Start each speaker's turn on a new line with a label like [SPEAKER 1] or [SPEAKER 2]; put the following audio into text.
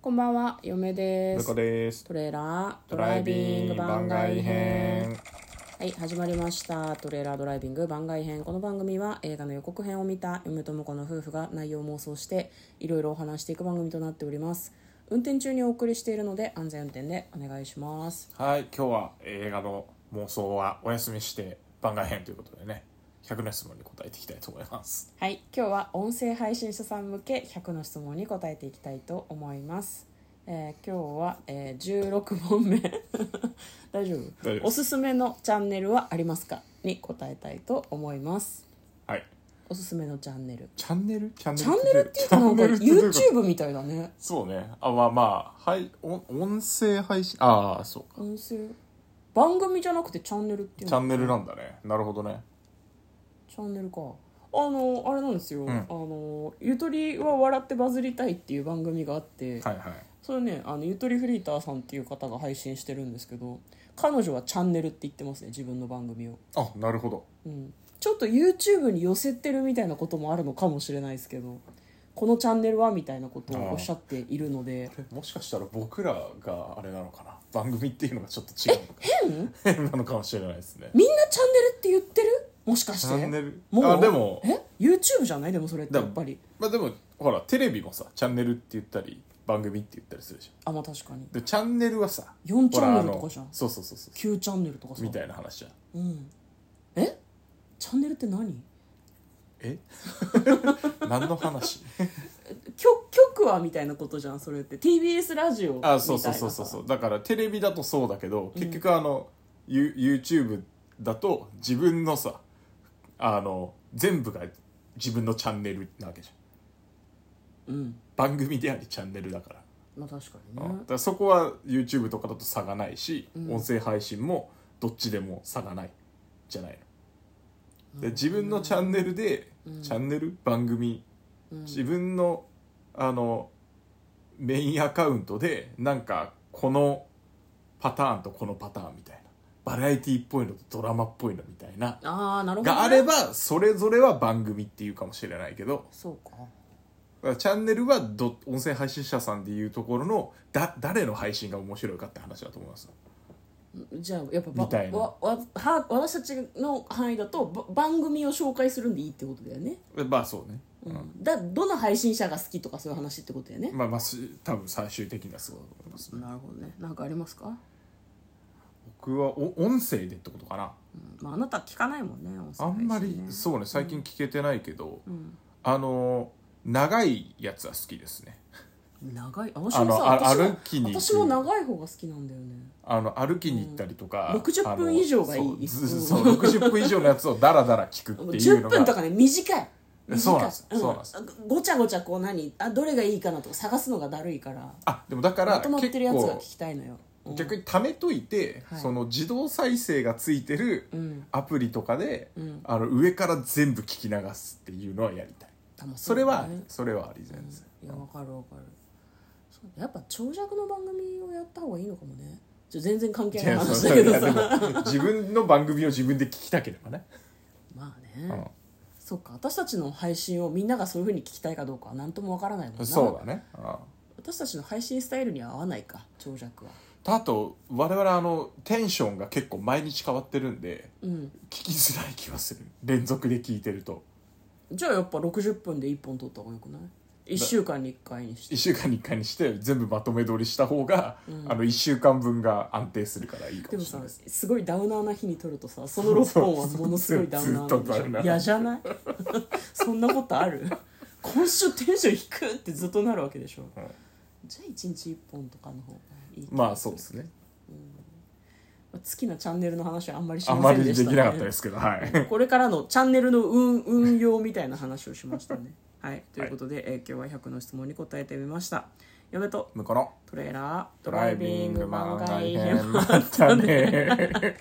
[SPEAKER 1] こんばんは、嫁で
[SPEAKER 2] ル
[SPEAKER 1] す
[SPEAKER 2] コ。です
[SPEAKER 1] トレーラード
[SPEAKER 2] ド
[SPEAKER 1] ラ
[SPEAKER 2] ラ
[SPEAKER 1] イ
[SPEAKER 2] イ
[SPEAKER 1] ビ
[SPEAKER 2] ビ
[SPEAKER 1] ン
[SPEAKER 2] ン
[SPEAKER 1] グ
[SPEAKER 2] グ
[SPEAKER 1] 番
[SPEAKER 2] 番
[SPEAKER 1] 外
[SPEAKER 2] 外
[SPEAKER 1] 編。
[SPEAKER 2] 編
[SPEAKER 1] はい、始まりました。トレーラードライビング番外編。この番組は映画の予告編を見た嫁と婿の夫婦が内容を妄想していろいろお話していく番組となっております。運転中にお送りしているので安全運転でお願いします。
[SPEAKER 2] はい今日は映画の妄想はお休みして番外編ということでね100の質問に答えていきたいと思います
[SPEAKER 1] はい、今日は音声配信者さん向け100の質問に答えていきたいと思います。えー今日は、えー16問目 大丈夫
[SPEAKER 2] 大丈夫
[SPEAKER 1] おすすめのチャンネルはありますかに答えたいと思います
[SPEAKER 2] はい
[SPEAKER 1] おすすめのチャンネル
[SPEAKER 2] チャンネルチャンネ
[SPEAKER 1] チャンネルっていうとなんか
[SPEAKER 2] チャンネルってどういうこと
[SPEAKER 1] YouTube みたいだね
[SPEAKER 2] そうねあまあまあはいお音声配信ああそうか
[SPEAKER 1] 音声番組じゃなくてチャンネルっていう
[SPEAKER 2] チ
[SPEAKER 1] の
[SPEAKER 2] ャンネルなんだねなるほどね
[SPEAKER 1] チャンネルかあのあれなんですよ、
[SPEAKER 2] ん
[SPEAKER 1] あの「ゆとりは笑ってバズりたい」っていう番組があって、
[SPEAKER 2] はいはい
[SPEAKER 1] それねあのゆとりフリーターさんっていう方が配信してるんですけど彼女はチャンネルって言ってますね自分の番組を、
[SPEAKER 2] あなるほど
[SPEAKER 1] うん、ちょっと YouTube に寄せてるみたいなこともあるのかもしれないですけどこのチャンネルはみたいなことをおっしゃっているので
[SPEAKER 2] えもしかしたら僕らがあれなのかな番組っていうのがちょっと違うのか 変変なのかもしれないですね
[SPEAKER 1] みんなチャンネルって言ってるもしかして
[SPEAKER 2] チャンネル
[SPEAKER 1] もう
[SPEAKER 2] あでも
[SPEAKER 1] え YouTube じゃないでもそれって
[SPEAKER 2] で
[SPEAKER 1] や
[SPEAKER 2] も
[SPEAKER 1] っぱり
[SPEAKER 2] まあでもほらテレビもさチャンネルって言ったり番組って言ったりするじゃん
[SPEAKER 1] あまあ確かに
[SPEAKER 2] でチャンネルはさ
[SPEAKER 1] 4チャンネル
[SPEAKER 2] ほらあの
[SPEAKER 1] とかじゃん
[SPEAKER 2] そうそうそうそう
[SPEAKER 1] 9チャンネルとかさ
[SPEAKER 2] みたいな話じゃん
[SPEAKER 1] うんえチャンネルって何
[SPEAKER 2] え 何の話
[SPEAKER 1] 局局はみたいなことじゃんそれって TBS ラジオみたいな
[SPEAKER 2] あ
[SPEAKER 1] さ
[SPEAKER 2] そうそうそうそうそうだからテレビだとそうだけど結局あの、ユ YouTube だと自分のさあの全部が自分のチャンネルなわけじゃん
[SPEAKER 1] うん
[SPEAKER 2] 番組でありチャンネルだから,、
[SPEAKER 1] まあ確かに
[SPEAKER 2] うん、
[SPEAKER 1] ね
[SPEAKER 2] だからそこは YouTube とかだと差がないし、
[SPEAKER 1] うん
[SPEAKER 2] 音声配信もどっちでも差がないじゃないので自分のチャンネルで、
[SPEAKER 1] うん
[SPEAKER 2] チャンネル番組
[SPEAKER 1] うん
[SPEAKER 2] 自分のあのメインアカウントでなんかこのパターンとこのパターンみたいなバラエティっぽいのとドラマっぽいのみたいな
[SPEAKER 1] ああなるほどね
[SPEAKER 2] があればそれぞれは番組っていうかもしれないけど
[SPEAKER 1] そうか
[SPEAKER 2] だからチャンネルはど音声配信者さんでいうところのだ誰の配信が面白いかって話だと思います
[SPEAKER 1] じゃあやっぱば
[SPEAKER 2] みたいな
[SPEAKER 1] わわは私たちの範囲だとば番組を紹介するんでいいってことだよね、
[SPEAKER 2] まあそうね、
[SPEAKER 1] う
[SPEAKER 2] うんん
[SPEAKER 1] だどの配信者が好きとかそういう話ってことだよね、
[SPEAKER 2] まあまあし多分最終的にはそうだと思います、ね、
[SPEAKER 1] なるほどねなんかありますか、
[SPEAKER 2] 僕はお音声でってことかな
[SPEAKER 1] うんまあ、あなた聞かないもんね音声
[SPEAKER 2] あ
[SPEAKER 1] 配信ね
[SPEAKER 2] んまりそうね最近聞けてないけど、
[SPEAKER 1] うん、
[SPEAKER 2] あの長いやつは好きですね
[SPEAKER 1] 長いあ私もさ
[SPEAKER 2] あのあ
[SPEAKER 1] 私も
[SPEAKER 2] 歩きに行く
[SPEAKER 1] 私も長い方が好きなんだよね
[SPEAKER 2] あの歩きに行ったりとか、
[SPEAKER 1] うん60分
[SPEAKER 2] あの
[SPEAKER 1] 以上がいい
[SPEAKER 2] そうずそう60分以上のやつをダラダラ聞くっていう
[SPEAKER 1] 10
[SPEAKER 2] の
[SPEAKER 1] 分
[SPEAKER 2] が
[SPEAKER 1] とかね短い短い
[SPEAKER 2] そうなんですそうなんです
[SPEAKER 1] ごちゃごちゃこう何あどれがいいかなとか探すのがだるいから
[SPEAKER 2] あでもだか
[SPEAKER 1] ま
[SPEAKER 2] ら
[SPEAKER 1] とまってるやつが聞き
[SPEAKER 2] 結
[SPEAKER 1] たいのよ、う
[SPEAKER 2] 構
[SPEAKER 1] ん
[SPEAKER 2] 逆に貯めといて、
[SPEAKER 1] はい
[SPEAKER 2] その自動再生がついてる
[SPEAKER 1] うん
[SPEAKER 2] アプリとかで、
[SPEAKER 1] うん
[SPEAKER 2] あの上から全部聞き流すっていうのはやりたい
[SPEAKER 1] あまあ
[SPEAKER 2] そうれ
[SPEAKER 1] だね
[SPEAKER 2] は、それはあり全然、
[SPEAKER 1] いやわかるわかるそうやっぱ長尺の番組をやった方がいいのかもねちょ全然関係ない
[SPEAKER 2] いやそう
[SPEAKER 1] 話
[SPEAKER 2] そ
[SPEAKER 1] だけ
[SPEAKER 2] れい
[SPEAKER 1] ど
[SPEAKER 2] やで
[SPEAKER 1] さ
[SPEAKER 2] も自分の番組を自分で聞きたければね、
[SPEAKER 1] まあね、
[SPEAKER 2] うん
[SPEAKER 1] そっか私たちの配信をみんながそういうふうに聞きたいかどうかは何ともわからないもんな
[SPEAKER 2] そうだね、うん
[SPEAKER 1] 私たちの配信スタイルには合わないか長尺は
[SPEAKER 2] あと我々あのテンションが結構毎日変わってるんで
[SPEAKER 1] うん
[SPEAKER 2] 聞きづらい気はする連続で聞いてると
[SPEAKER 1] じゃあやっぱ60分で1本撮った方がよくない1週間に1回にして
[SPEAKER 2] 1週間に1回にして全部まとめ撮りした方が、あの1週間分が安定するからいいか
[SPEAKER 1] で
[SPEAKER 2] も
[SPEAKER 1] も
[SPEAKER 2] しれ
[SPEAKER 1] さ
[SPEAKER 2] ないです
[SPEAKER 1] すごいダウナーな日に撮るとさその6本はものすごいダウナーなんでし
[SPEAKER 2] ずっとダウナ
[SPEAKER 1] ょ
[SPEAKER 2] ー
[SPEAKER 1] 嫌じゃない そんなことある今週テンション低ってずっとなるわけでしょ、
[SPEAKER 2] うん
[SPEAKER 1] じゃあ1日1本とかの方がいい気がする
[SPEAKER 2] まあそうですね
[SPEAKER 1] まあ好きなチャンネルの話はあんまりし
[SPEAKER 2] あん
[SPEAKER 1] ませ
[SPEAKER 2] ま
[SPEAKER 1] ん
[SPEAKER 2] り
[SPEAKER 1] で
[SPEAKER 2] で
[SPEAKER 1] し
[SPEAKER 2] き
[SPEAKER 1] た、ね、
[SPEAKER 2] なかったですけどはい
[SPEAKER 1] これからのチャンネルの運運用みたいな話をしましたね はいということで、えー今日は100の質問に答えてみました嫁と
[SPEAKER 2] 向こうの
[SPEAKER 1] トレーラード
[SPEAKER 2] ドライビング
[SPEAKER 1] 番
[SPEAKER 2] 番
[SPEAKER 1] 外
[SPEAKER 2] 外
[SPEAKER 1] 編
[SPEAKER 2] 編またね